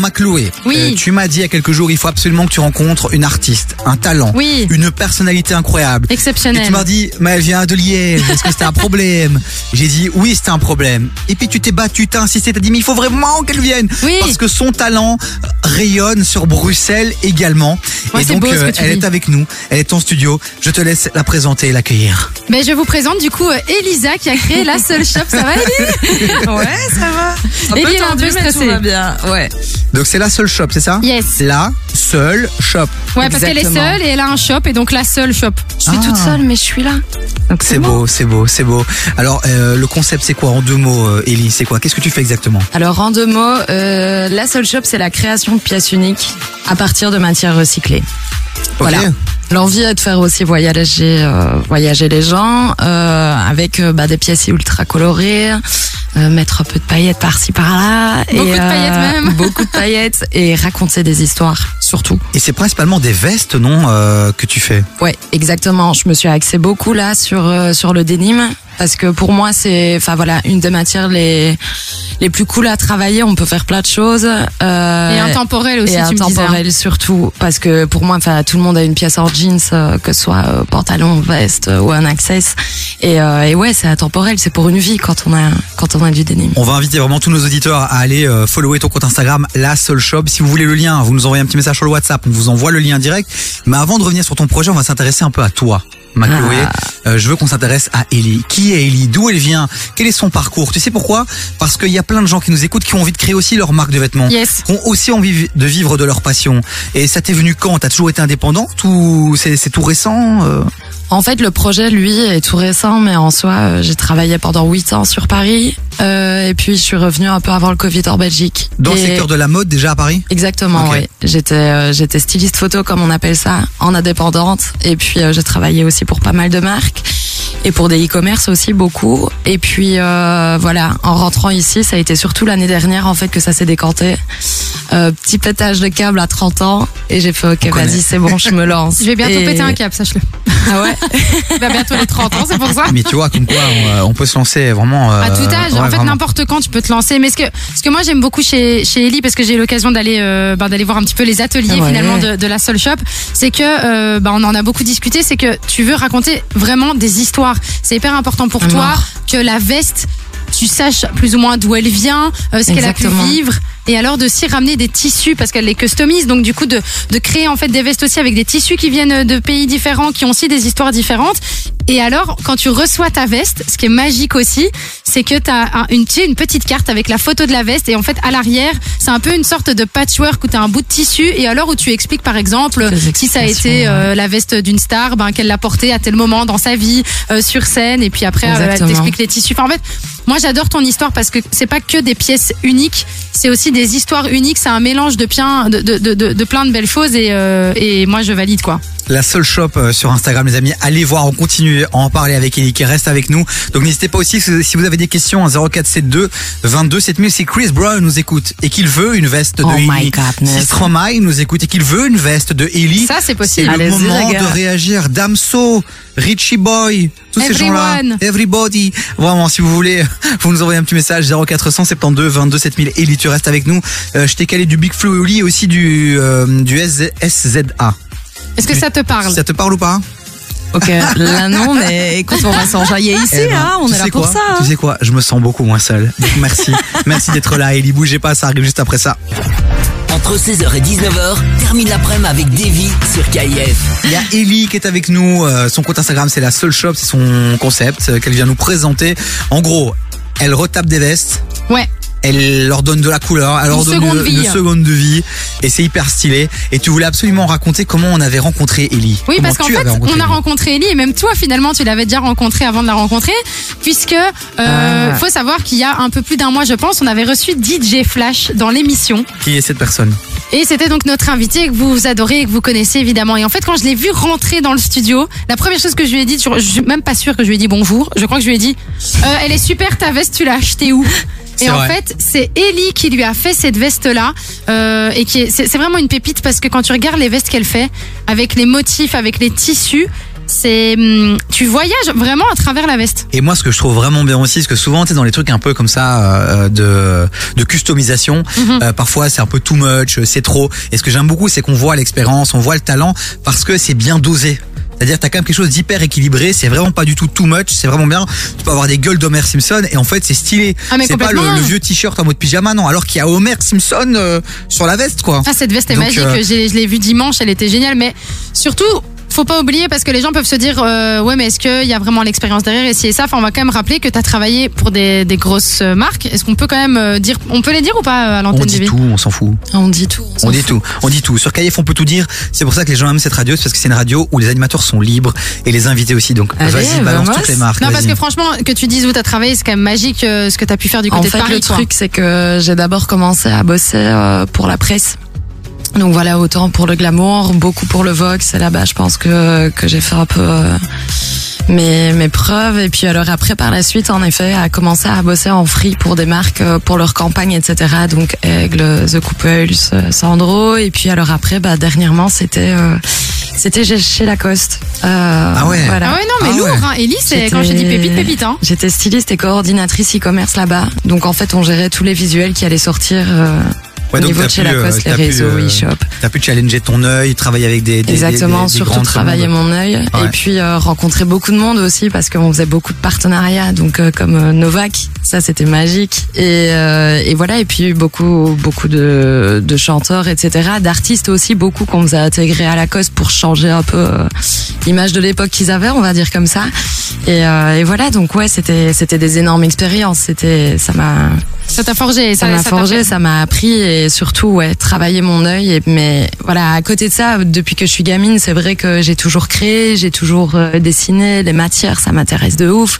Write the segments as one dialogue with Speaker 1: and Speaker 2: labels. Speaker 1: m'a cloué.
Speaker 2: Oui.
Speaker 1: Euh, tu m'as dit il y a quelques jours, il faut absolument que tu rencontres une artiste, un talent,
Speaker 2: Oui.
Speaker 1: une personnalité incroyable. Et
Speaker 2: Exceptionnel.
Speaker 1: tu m'as dit, mais elle vient de Liège, est-ce que c'est un problème J'ai dit, oui, c'est un problème. Et puis tu t'es battu, t'as insisté, t'as dit, mais il faut vraiment qu'elle vienne.
Speaker 2: Oui.
Speaker 1: Parce que son talent rayonne sur Bruxelles également.
Speaker 2: Ouais,
Speaker 1: et
Speaker 2: c'est
Speaker 1: donc, euh,
Speaker 2: beau ce que tu
Speaker 1: elle
Speaker 2: dis.
Speaker 1: est avec nous, elle est en studio. Je te laisse la présenter et l'accueillir.
Speaker 2: Mais je vous présente du coup euh, Elisa qui a créé la seule shop. Ça va Elise
Speaker 3: Ouais, ça va. Un
Speaker 2: Ellie
Speaker 3: peu
Speaker 2: est un
Speaker 3: tendu,
Speaker 2: peu
Speaker 3: mais tout
Speaker 2: stressée.
Speaker 3: va bien. Ouais.
Speaker 1: Donc, c'est la seule shop, c'est ça
Speaker 2: Yes.
Speaker 1: La seule shop.
Speaker 2: Ouais, parce qu'elle est
Speaker 3: Exactement.
Speaker 2: seule et elle a un shop et donc la seule shop.
Speaker 3: Je suis
Speaker 1: Ah.
Speaker 3: toute seule, mais je suis là. Donc
Speaker 1: C'est beau, c'est beau, c'est beau. Alors, euh, le concept, c'est quoi en deux mots, euh, Ellie C'est quoi Qu'est-ce que tu fais exactement
Speaker 3: Alors en deux mots, euh, la seule shop, c'est la création de pièces uniques à partir de matières recyclées. Voilà.
Speaker 1: Ok.
Speaker 3: L'envie est de faire aussi voyager, euh, voyager les gens euh, avec euh, bah, des pièces ultra colorées, euh, mettre un peu de paillettes par-ci par-là,
Speaker 2: Beaucoup
Speaker 3: et, euh,
Speaker 2: de paillettes même.
Speaker 3: beaucoup de paillettes et raconter des histoires surtout.
Speaker 1: Et c'est principalement des vestes, non, euh, que tu fais
Speaker 3: Ouais, exactement. Je me suis axée beaucoup là sur euh, sur le dénime parce que pour moi c'est, enfin voilà, une des matières les les plus cool à travailler. On peut faire plein de choses. euh,
Speaker 2: Et intemporelle aussi,
Speaker 3: et
Speaker 2: tu me disais. hein.
Speaker 3: intemporel surtout parce que pour moi enfin tout le monde a une pièce hors jeans euh, que ce soit euh, pantalon veste euh, ou un access et, euh, et ouais c'est intemporel c'est pour une vie quand on a quand on a du dénime
Speaker 1: On va inviter vraiment tous nos auditeurs à aller euh, follower ton compte Instagram, la seule shop. Si vous voulez le lien, vous nous envoyez un petit message sur le WhatsApp, on vous envoie le lien direct. Mais avant de revenir sur ton projet, on va s'intéresser un peu à toi, ma Chloé. Euh, je veux qu'on s'intéresse à Ellie. Qui est Ellie D'où elle vient Quel est son parcours Tu sais pourquoi Parce qu'il y a plein de gens qui nous écoutent qui ont envie de créer aussi leur marque de vêtements.
Speaker 2: Yes.
Speaker 1: qui ont aussi envie de vivre de leur passion. Et ça t'est venu quand T'as toujours été indépendante ou c'est c'est tout récent euh
Speaker 3: En fait, le projet, lui, est tout récent, mais en soi, euh, j'ai travaillé pendant 8 ans sur Paris. euh, et puis, je suis revenue un peu avant le Covid en Belgique.
Speaker 1: Dans le
Speaker 3: Et-
Speaker 1: secteur de la mode déjà à Paris
Speaker 3: Exactement,
Speaker 1: Ok.
Speaker 3: oui. J'étais, euh, j'étais styliste photo, comme on appelle ça, en indépendante. Et puis, euh, j'ai travaillé aussi pour pas mal de marques. Et pour des e-commerce aussi, beaucoup. Et puis, euh, voilà, en rentrant ici, ça a été surtout l'année dernière, en fait, que ça s'est décanté. Euh, petit pétage de câble à 30 ans. Et j'ai fait, ok,
Speaker 1: connaît.
Speaker 3: vas-y, c'est bon, je me lance.
Speaker 2: Je vais bientôt
Speaker 3: Et-
Speaker 2: péter un cap, sache-le.
Speaker 3: Ah ouais
Speaker 2: Bah, bientôt les 30 ans, c'est pour ça.
Speaker 1: Mais tu vois, comme quoi, on, euh, on peut se lancer vraiment. euh,
Speaker 2: À tout âge,
Speaker 1: ouais,
Speaker 2: en fait
Speaker 1: vraiment.
Speaker 2: n'importe quand tu peux te lancer. Mais ce que ce que moi j'aime beaucoup chez chez Ellie parce que j'ai eu l'occasion d'aller euh, ben, d'aller voir un petit peu les ateliers
Speaker 3: Ouais.
Speaker 2: finalement de, de la Soul Shop, c'est que euh, ben, on en a beaucoup discuté, c'est que tu veux raconter vraiment des histoires. C'est hyper important pour
Speaker 3: À
Speaker 2: toi
Speaker 3: mort.
Speaker 2: que la veste tu saches plus ou moins d'où elle vient, euh, ce qu'elle a pu
Speaker 3: Exactement.
Speaker 2: vivre, et alors de s'y ramener des tissus parce qu'elle les customise, donc du coup de, de créer en fait des vestes aussi avec des tissus qui viennent de pays différents, qui ont aussi des histoires différentes. Et alors quand tu reçois ta veste, ce qui est magique aussi, c'est que t'as un- une, tu sais, une petite carte avec la photo de la veste et en fait à l'arrière c'est un peu une sorte de patchwork où t'as un bout de tissu et alors où tu expliques par exemple
Speaker 3: Des
Speaker 2: si ça a
Speaker 3: explications,
Speaker 2: été euh, la veste d'une star, ben qu'elle l'a portée à tel moment dans sa vie euh, sur scène et puis après euh, elle
Speaker 3: Exactement.
Speaker 2: t'explique les tissus. Enfin, en fait, moi j'adore ton histoire parce que c'est pas que des pièces uniques, c'est aussi des histoires uniques. C'est un mélange de, plein, de, de, de, de- de plein de belles choses et, euh, et moi je valide quoi.
Speaker 1: La seule shop euh, sur Instagram, les amis. Allez voir, on continue à en parler avec Ellie qui reste avec nous. Donc n'hésitez pas aussi si si vous avez des questions hein, à 0472 22 7000 si Chris Brown nous écoute et qu'il veut une veste de
Speaker 3: Oh my
Speaker 1: Ellie.
Speaker 3: goodness.
Speaker 1: Si Stromae nous écoute et qu'il veut une veste de Ellie.
Speaker 2: Ça c'est
Speaker 1: C'est
Speaker 2: possible.
Speaker 1: le
Speaker 3: Allez-y,
Speaker 1: moment
Speaker 3: les gars.
Speaker 1: de réagir. Damso, Richie Boy, tous ces gens-là.
Speaker 2: Everyone.
Speaker 1: Everybody. Vraiment, si vous voulez, vous nous envoyez un petit message 0472 22 7000. Ellie, tu restes avec nous. Euh, je t'ai calé du Big Flo et Oli et aussi du, euh, du SZ SZA.
Speaker 3: Ah,
Speaker 2: Est-ce que ça te parle
Speaker 1: Ça te parle ou pas
Speaker 3: Ok, là non, mais écoute, on va s'enjailler ici,
Speaker 1: Eh ben,
Speaker 3: hein, on
Speaker 1: tu
Speaker 3: est là
Speaker 1: sais
Speaker 3: pour
Speaker 1: quoi
Speaker 3: ça. hein.
Speaker 1: Tu sais quoi Je me sens beaucoup moins seul. Donc, merci. merci d'être là, Ellie. Bougez pas, ça arrive juste après ça.
Speaker 4: Entre 16h et 19h, termine l'après-midi avec Davy sur KIF.
Speaker 1: Il y a Ellie qui est avec nous. Euh, son compte Instagram, c'est la seule shop, c'est son concept euh, qu'elle vient nous présenter. En gros, elle retape des vestes.
Speaker 2: Ouais.
Speaker 1: Elle leur donne de la couleur, elle leur
Speaker 2: Une
Speaker 1: donne
Speaker 2: seconde
Speaker 1: une,
Speaker 2: vie.
Speaker 1: une seconde de vie, et c'est hyper stylé. Et tu voulais absolument raconter comment on avait rencontré Ellie.
Speaker 2: Oui,
Speaker 1: Comment
Speaker 2: parce qu'en
Speaker 1: tu
Speaker 2: fait,
Speaker 1: avais rencontré
Speaker 2: on a
Speaker 1: Ellie.
Speaker 2: rencontré Ellie et même toi, finalement, tu l'avais déjà rencontrée avant de la rencontrer, puisque euh,
Speaker 3: Ah.
Speaker 2: faut savoir qu'il y a un peu plus d'un mois, je pense, on avait reçu DJ Flash dans l'émission.
Speaker 1: Qui est cette personne
Speaker 2: Et c'était donc notre invité que vous adorez et que vous connaissez évidemment. Et en fait, quand je l'ai vu rentrer dans le studio, la première chose que je lui ai dit, je, je suis même pas sûre que je lui ai dit bonjour, je crois que je lui ai dit Euh, Elle est super ta veste, tu l'as achetée où
Speaker 1: C'est
Speaker 2: et en
Speaker 1: vrai.
Speaker 2: fait, c'est Ellie qui lui a fait cette veste-là, euh, et qui est- c'est c'est vraiment une pépite parce que quand tu regardes les vestes qu'elle fait, avec les motifs, avec les tissus, c'est hum, tu voyages vraiment à travers la veste.
Speaker 1: Et moi, ce que je trouve vraiment bien aussi, c'est que souvent, tu sais, dans les trucs un peu comme ça euh, de, de customisation,
Speaker 2: Mhm.
Speaker 1: euh, parfois c'est un peu too much, euh, c'est trop. Et ce que j'aime beaucoup, c'est qu'on voit l'expérience, on voit le talent, parce que c'est bien dosé. C'est-à-dire, t'as quand même quelque chose d'hyper équilibré, c'est vraiment pas du tout too much, c'est vraiment bien. Tu peux avoir des gueules d'Homer Simpson, et en fait, c'est stylé.
Speaker 2: Ah, mais
Speaker 1: c'est pas le,
Speaker 2: complètement.
Speaker 1: le vieux t-shirt en mode pyjama, non, alors qu'il y a Homer Simpson euh, sur la veste, quoi.
Speaker 2: Ah, cette veste est
Speaker 1: Donc,
Speaker 2: magique.
Speaker 1: euh,
Speaker 2: j'ai- Je l'ai vue dimanche, elle était géniale. Mais surtout, faut pas oublier parce que les gens peuvent se dire euh, ouais, mais est-ce qu'il y a vraiment l'expérience derrière et si et ça. Enfin, on va quand même rappeler que tu as travaillé pour des, des grosses euh, marques. Est-ce qu'on peut quand même euh, dire, on peut les dire ou pas euh, à
Speaker 1: on
Speaker 2: l'antenne
Speaker 1: dit
Speaker 2: du
Speaker 1: tout, on s'en fout.
Speaker 3: On dit tout. s'en
Speaker 1: On dit
Speaker 3: fout.
Speaker 1: tout, on dit tout. Sur Caïf, on peut tout dire. C'est pour ça que les gens aiment cette radio, c'est parce que c'est une radio où les animateurs sont libres et les invités aussi. Donc
Speaker 3: Allez, bah,
Speaker 1: vas-y, balance
Speaker 3: vamos.
Speaker 1: toutes les marques.
Speaker 2: Non, parce
Speaker 1: vas-y.
Speaker 2: que franchement, que tu dises où t'as travaillé, c'est quand même magique euh, ce que t'as pu faire du côté
Speaker 3: en fait,
Speaker 2: de Paris.
Speaker 3: le
Speaker 2: quoi.
Speaker 3: truc, c'est que j'ai d'abord commencé à bosser euh, pour la presse. Donc voilà, autant pour le glamour, beaucoup pour le Vox. Et là-bas, je pense que, que j'ai fait un peu euh, mes, mes preuves. Et puis alors après, par la suite, en effet, à commencer à bosser en free pour des marques, euh, pour leur campagne, etc. Donc Aigle, The Couples, euh, Sandro. Et puis alors après, bah, dernièrement, c'était euh, c'était chez- chez Lacoste. Euh,
Speaker 1: Ah ouais.
Speaker 3: voilà.
Speaker 2: Ah ouais, non, mais
Speaker 1: Ah
Speaker 2: lourd.
Speaker 1: ouais.
Speaker 2: Hein. Ellie, c'est
Speaker 3: J'étais-
Speaker 2: quand je dis pépite, pépite. Hein.
Speaker 3: J'étais styliste et coordinatrice e-commerce là-bas. Donc en fait, on gérait tous les visuels qui allaient sortir euh,
Speaker 1: Ouais,
Speaker 3: au
Speaker 1: donc
Speaker 3: niveau
Speaker 1: t'as
Speaker 3: de chez
Speaker 1: pu, euh,
Speaker 3: Lacoste, les
Speaker 1: t'as pu,
Speaker 3: réseaux,
Speaker 1: euh,
Speaker 3: e-shop.
Speaker 1: T'as pu challenger ton œil, travailler avec des. des
Speaker 3: Exactement,
Speaker 1: des- des
Speaker 3: surtout
Speaker 1: grands
Speaker 3: travailler
Speaker 1: mondes.
Speaker 3: mon œil
Speaker 1: Ouais.
Speaker 3: et puis euh, rencontrer beaucoup de monde aussi parce qu'on faisait beaucoup de partenariats. Donc euh, comme euh, Novak, ça c'était magique. Et, euh, et voilà, et puis beaucoup beaucoup de, de chanteurs, etc. D'artistes aussi, beaucoup qu'on faisait intégrer à Lacoste pour changer un peu euh, l'image de l'époque qu'ils avaient, on va dire comme ça. Et, euh, et voilà, donc ouais, c'était c'était des énormes expériences. C'était ça m'a
Speaker 2: Ça t'a forgé.
Speaker 3: ça m'a forgé, ça m'a appris et surtout ouais, travailler mon œil. Et, mais voilà, à côté de ça, depuis que je suis gamine, c'est vrai que j'ai toujours créé, j'ai toujours euh, dessiné les matières, ça m'intéresse de ouf.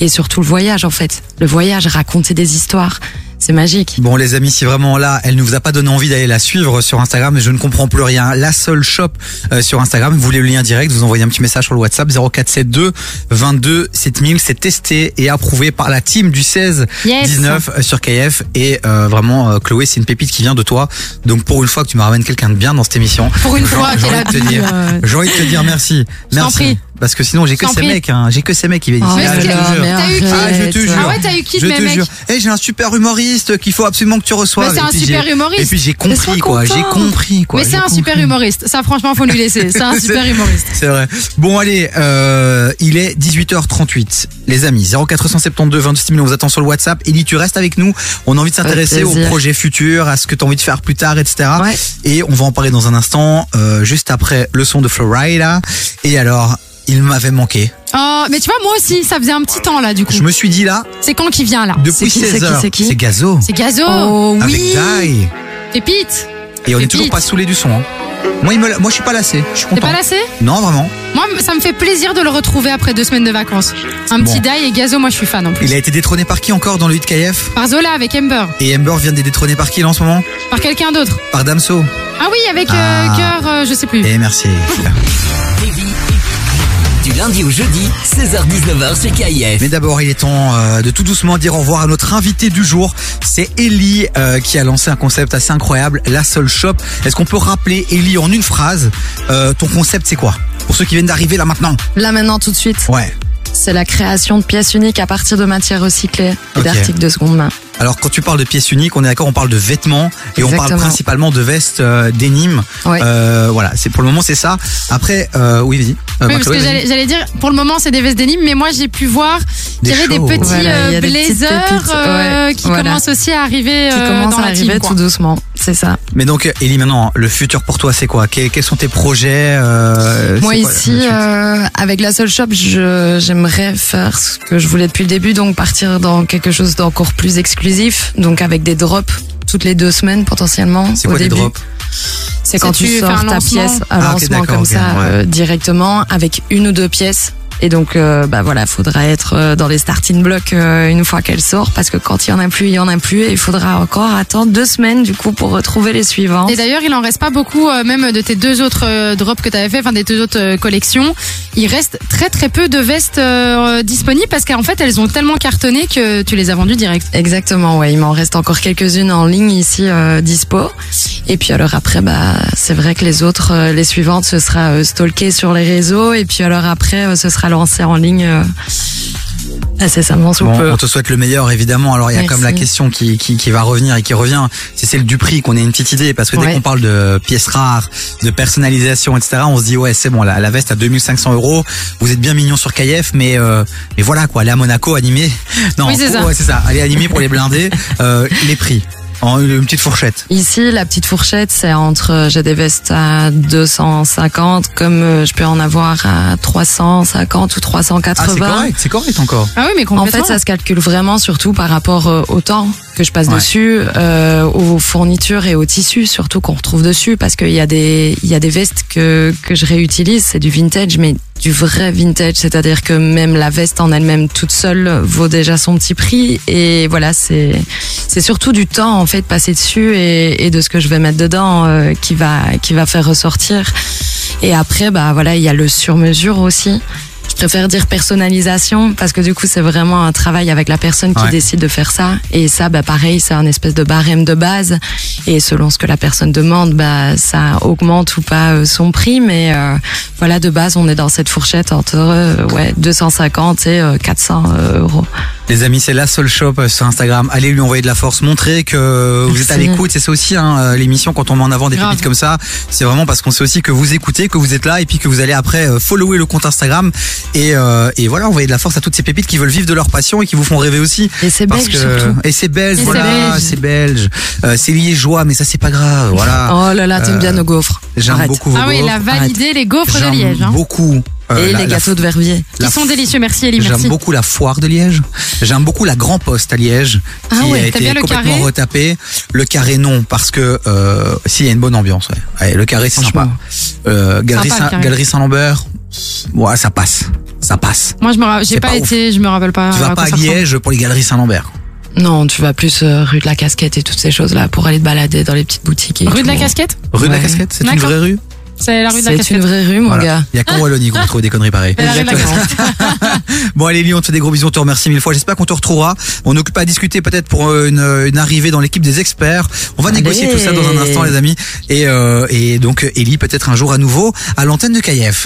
Speaker 3: Et surtout le voyage en fait, le voyage, raconter des histoires, c'est magique.
Speaker 1: Bon les amis, si vraiment là, elle ne vous a pas donné envie d'aller la suivre sur Instagram, je ne comprends plus rien. La seule shop euh, sur Instagram, vous voulez le lien direct, vous envoyez un petit message sur le WhatsApp 0472 22 7000. C'est testé et approuvé par la team du 16
Speaker 2: Yes.
Speaker 1: 19 euh, sur KF et euh, vraiment euh, Chloé, c'est une pépite qui vient de toi. Donc pour une fois que tu me ramènes quelqu'un de bien dans cette émission,
Speaker 2: Pour une
Speaker 1: J'ai-
Speaker 2: fois
Speaker 1: j'ai
Speaker 2: qu'elle
Speaker 1: envie
Speaker 2: a
Speaker 1: de te
Speaker 2: dit,
Speaker 1: dire,
Speaker 2: euh,
Speaker 1: j'ai envie de te dire merci,
Speaker 2: t'en
Speaker 1: merci,
Speaker 2: prie.
Speaker 1: parce que sinon j'ai que
Speaker 2: Je t'en
Speaker 1: ces
Speaker 2: pris.
Speaker 1: mecs, hein. j'ai que ces mecs qui viennent.
Speaker 2: mais
Speaker 1: Ah,
Speaker 2: est-ce
Speaker 1: je
Speaker 2: que-
Speaker 1: te jure.
Speaker 2: t'as eu qui
Speaker 1: Ah, je te jure.
Speaker 2: Ah ouais, t'as eu qui
Speaker 1: Je
Speaker 2: de mes
Speaker 1: te
Speaker 2: mecs
Speaker 1: jure. Eh, j'ai un super humoriste qu'il faut absolument que tu reçoives.
Speaker 2: Mais c'est
Speaker 1: Et
Speaker 2: un
Speaker 1: puis
Speaker 2: super
Speaker 1: j'ai-
Speaker 2: humoriste.
Speaker 1: Et puis j'ai
Speaker 3: sois
Speaker 1: compris quoi.
Speaker 3: content.
Speaker 1: J'ai compris quoi.
Speaker 2: Mais c'est
Speaker 1: j'ai
Speaker 2: un
Speaker 1: compris.
Speaker 2: super humoriste. Ça, franchement, faut lui laisser. C'est un super humoriste.
Speaker 1: C'est vrai. Bon allez, euh, il est 18h38. Les amis, 0472 26 000, on vous attend sur le WhatsApp. Ellie, tu restes avec nous. On a envie de s'intéresser aux
Speaker 3: plaisir.
Speaker 1: projets futurs, à ce que tu as envie de faire plus tard, etc.
Speaker 3: Ouais.
Speaker 1: Et on va en parler dans un instant, euh, juste après le son de Florida. Et alors, il m'avait manqué.
Speaker 2: Oh, mais tu vois, moi aussi, ça faisait un petit temps là, du coup.
Speaker 1: Je me suis dit là,
Speaker 2: C'est quand qui vient là
Speaker 1: depuis
Speaker 3: qui, c'est
Speaker 1: 16
Speaker 3: qui,
Speaker 1: h
Speaker 3: c'est qui
Speaker 1: c'est Gazo.
Speaker 2: C'est Gazo.
Speaker 3: Oh
Speaker 1: Avec
Speaker 3: oui.
Speaker 1: Die.
Speaker 2: Pépite.
Speaker 1: Et on n'est
Speaker 2: Pépite.
Speaker 1: toujours pas saoulé du son. hein. Moi, il me, l'a- moi, je suis pas lassé. Je suis
Speaker 2: T'es
Speaker 1: content.
Speaker 2: pas lassé
Speaker 1: Non, vraiment.
Speaker 2: Moi, ça me fait plaisir de le retrouver après deux semaines de vacances. Un
Speaker 1: Bon.
Speaker 2: petit die et Gazo, moi, je suis fan en plus.
Speaker 1: Il a été détrôné par qui encore dans le 8 KF
Speaker 2: Par Zola avec Ember.
Speaker 1: Et Amber vient d'être détrôné par qui là en ce moment
Speaker 2: Par quelqu'un d'autre.
Speaker 1: Par Damso.
Speaker 2: Ah oui, avec euh,
Speaker 1: Ah.
Speaker 2: cœur, euh, je sais plus.
Speaker 1: Et merci.
Speaker 4: Davy. Du lundi au jeudi, 16h-19h sur KIF.
Speaker 1: Mais d'abord, il est temps euh, de tout doucement dire au revoir à notre invité du jour. C'est Ellie euh, qui a lancé un concept assez incroyable, la seule shop. Est-ce qu'on peut rappeler, Ellie, en une phrase, euh, ton concept c'est quoi Pour ceux qui viennent d'arriver là maintenant.
Speaker 3: Là maintenant tout de suite,
Speaker 1: Ouais.
Speaker 3: c'est la création de pièces uniques à partir de matières recyclées et
Speaker 1: Ok.
Speaker 3: d'articles de seconde main.
Speaker 1: Alors quand tu parles de pièces uniques, on est d'accord, on parle de vêtements et on parle
Speaker 3: Exactement.
Speaker 1: principalement de vestes euh, d'énigmes.
Speaker 3: Ouais.
Speaker 1: Euh, voilà, c'est pour le moment c'est ça. Après, euh, oui, vas-y. Euh,
Speaker 2: Oui,
Speaker 1: Marc,
Speaker 2: parce
Speaker 1: ouais,
Speaker 2: que
Speaker 1: vas-y.
Speaker 2: j'allais j'allais dire, pour le moment, c'est des vestes d'énigmes, mais moi, j'ai pu voir qu'il
Speaker 1: Des
Speaker 2: y avait des
Speaker 1: shows.
Speaker 2: petits
Speaker 3: Voilà,
Speaker 2: euh,
Speaker 3: il y a des petites
Speaker 2: blazers
Speaker 3: pépites,
Speaker 2: euh,
Speaker 3: ouais,
Speaker 2: qui
Speaker 3: voilà.
Speaker 2: commencent aussi à arriver
Speaker 3: Qui
Speaker 2: euh,
Speaker 3: commence
Speaker 2: dans
Speaker 3: à
Speaker 2: la team,
Speaker 3: arriver
Speaker 2: quoi.
Speaker 3: tout doucement, c'est ça.
Speaker 1: Mais donc Ellie, maintenant, le futur pour toi c'est quoi Que- Quels sont tes projets euh, c'est
Speaker 3: Moi
Speaker 1: quoi la-
Speaker 3: ici,
Speaker 1: la suite
Speaker 3: euh, avec la seule shop, je- j'aimerais faire ce que je voulais depuis le début, donc partir dans quelque chose d'encore plus exclusif, donc avec des drops toutes les deux semaines potentiellement.
Speaker 1: C'est
Speaker 3: au
Speaker 1: quoi les
Speaker 3: début.
Speaker 1: drops
Speaker 3: C'est quand
Speaker 2: C'est
Speaker 3: tu
Speaker 2: tu fais
Speaker 3: sors
Speaker 2: un
Speaker 3: ta
Speaker 2: lancement.
Speaker 3: pièce, un
Speaker 1: Ah, ok,
Speaker 3: lancement
Speaker 1: d'accord,
Speaker 3: comme
Speaker 1: ok,
Speaker 3: ça
Speaker 1: ouais.
Speaker 3: euh, directement avec une ou deux pièces Et donc, euh, bah voilà, faudra être euh, dans les starting blocks euh, une fois qu'elle sort, parce que quand il y en a plus, il y en a plus, et il faudra encore attendre deux semaines du coup pour retrouver les suivants.
Speaker 2: Et d'ailleurs, il en reste pas beaucoup, euh, même de tes deux autres euh, drops que tu avais fait, enfin des deux autres euh, collections. Il reste très très peu de vestes euh, disponibles parce qu'en fait, elles ont tellement cartonné que tu les as vendues direct.
Speaker 3: Exactement, ouais, il m'en reste encore quelques-unes en ligne ici euh, dispo. Et puis alors après, bah c'est vrai que les autres, euh, les suivantes, ce sera euh, stalké sur les réseaux, et puis alors après, euh, ce sera lancé en ligne euh, incessamment sous
Speaker 1: Bon,
Speaker 3: peu.
Speaker 1: on te souhaite le meilleur, évidemment. Alors, il y a quand même la
Speaker 3: Merci.
Speaker 1: question qui, qui, qui va revenir et qui revient. C'est celle du prix, qu'on ait une petite idée. Parce que dès
Speaker 3: Ouais.
Speaker 1: qu'on parle de pièces rares, de personnalisation, etc., on se dit, ouais, c'est bon, la, la veste à 2500 euros. Vous êtes bien mignon sur KF, mais, euh, mais voilà, quoi. Aller à Monaco, animé. Non,
Speaker 2: Oui, c'est ça.
Speaker 1: ouais, c'est ça. Aller animé pour les blindés. Euh, les prix. En une petite fourchette.
Speaker 3: Ici, la petite fourchette, c'est entre, euh, j'ai des vestes à 250, comme euh, je peux en avoir à 350 ou
Speaker 1: Ah, c'est
Speaker 3: 380.
Speaker 1: correct, c'est correct encore.
Speaker 2: Ah oui, mais
Speaker 3: en
Speaker 2: complètement.
Speaker 3: fait, ça se calcule vraiment surtout par rapport euh, au temps que je passe
Speaker 1: Ouais.
Speaker 3: dessus, euh, aux fournitures et aux tissus surtout qu'on retrouve dessus, parce qu'il y a des, il y a des vestes que que je réutilise, c'est du vintage, mais du vrai vintage, c'est-à-dire que même la veste en elle-même toute seule vaut déjà son petit prix. Et voilà, c'est c'est surtout du temps en fait passé dessus et, et de ce que je vais mettre dedans euh, qui va qui va faire ressortir. Et après, bah voilà, il y a le sur-mesure aussi. Je préfère dire personnalisation parce que du coup, c'est vraiment un travail avec la personne qui
Speaker 1: Ouais.
Speaker 3: décide de faire ça. Et ça, bah pareil, c'est un espèce de barème de base. Et selon ce que la personne demande, bah ça augmente ou pas euh, son prix. Mais euh, voilà, de base, on est dans cette fourchette entre euh, ouais 250 et euh, 400 euros.
Speaker 1: Les amis, c'est la seule shop euh, sur Instagram. Allez lui envoyer de la force, montrer que euh, vous êtes à
Speaker 3: Merci.
Speaker 1: l'écoute. Et c'est aussi hein, euh, l'émission quand on met en avant des
Speaker 2: Grave.
Speaker 1: pépites comme ça. C'est vraiment parce qu'on sait aussi que vous écoutez, que vous êtes là, et puis que vous allez après euh, follower le compte Instagram. Et, euh, et voilà, envoyer de la force à toutes ces pépites qui veulent vivre de leur passion et qui vous font rêver aussi.
Speaker 3: Et c'est
Speaker 1: Parce
Speaker 3: belge
Speaker 1: que-
Speaker 3: surtout.
Speaker 1: et c'est belge,
Speaker 2: Et c'est
Speaker 1: voilà,
Speaker 2: belge.
Speaker 1: c'est belge. Euh, c'est liégeois, mais ça c'est pas grave. Voilà,
Speaker 3: Oh là là, t'aimes
Speaker 1: Euh,
Speaker 3: bien nos gaufres.
Speaker 1: j'aime
Speaker 3: Arrête.
Speaker 1: beaucoup vos
Speaker 2: ah oui, il
Speaker 1: gaufres.
Speaker 2: a validé les gaufres de
Speaker 1: J'aime
Speaker 2: Liège. Hein,
Speaker 1: beaucoup. euh,
Speaker 3: Et
Speaker 1: la-
Speaker 3: les
Speaker 1: la
Speaker 3: gâteaux de Verviers.
Speaker 2: qui
Speaker 1: la
Speaker 2: sont délicieux. Merci Ellie,
Speaker 1: J'aime
Speaker 2: merci.
Speaker 1: beaucoup la foire de Liège. J'aime beaucoup la Grand Poste à Liège,
Speaker 2: Ah
Speaker 1: qui
Speaker 2: ouais,
Speaker 1: a
Speaker 2: t'as
Speaker 1: été
Speaker 2: bien le
Speaker 1: complètement
Speaker 2: carré
Speaker 1: retapé. Le carré non, parce que euh, si, il y a une bonne ambiance. Ouais. Ouais, le carré c'est sympa.
Speaker 3: Franchement.
Speaker 1: Euh, galerie
Speaker 2: Sympa, le
Speaker 1: Saint-
Speaker 2: carré.
Speaker 1: Galerie Saint-Lambert, ouais, ça passe, ça passe.
Speaker 2: Moi, je me ra- j'ai
Speaker 1: C'est
Speaker 2: pas,
Speaker 1: pas ouf.
Speaker 2: été, je me rappelle pas.
Speaker 1: tu
Speaker 2: à
Speaker 1: vas
Speaker 2: quoi
Speaker 1: pas à
Speaker 2: ça ressemble.
Speaker 1: Liège pour les Galeries Saint-Lambert.
Speaker 3: Non, tu vas plus euh, rue de la Casquette et toutes ces choses-là pour aller te balader dans les petites boutiques. et
Speaker 2: Rue de la
Speaker 3: tout.
Speaker 2: Casquette
Speaker 1: Rue de la
Speaker 3: Ouais.
Speaker 1: Casquette, c'est une
Speaker 2: D'accord.
Speaker 1: vraie rue.
Speaker 2: C'est la rue de la
Speaker 3: C'est une
Speaker 2: Casquette.
Speaker 3: vraie rue, mon
Speaker 1: Voilà.
Speaker 3: gars.
Speaker 1: Il y a qu'en Wallonie qu'on trouve des conneries pareilles.
Speaker 2: C'est la rue de la
Speaker 3: Exactement.
Speaker 2: Casquette.
Speaker 1: Bon allez Lily, on te fait des gros bisous, on te remercie mille fois. J'espère qu'on te retrouvera. On n'occupe pas à discuter peut-être pour euh, une, euh, une arrivée dans l'équipe des experts. On va
Speaker 3: Allez.
Speaker 1: négocier tout ça dans un instant les amis. Et, euh, et donc Ellie peut-être un jour à nouveau à l'antenne de KF.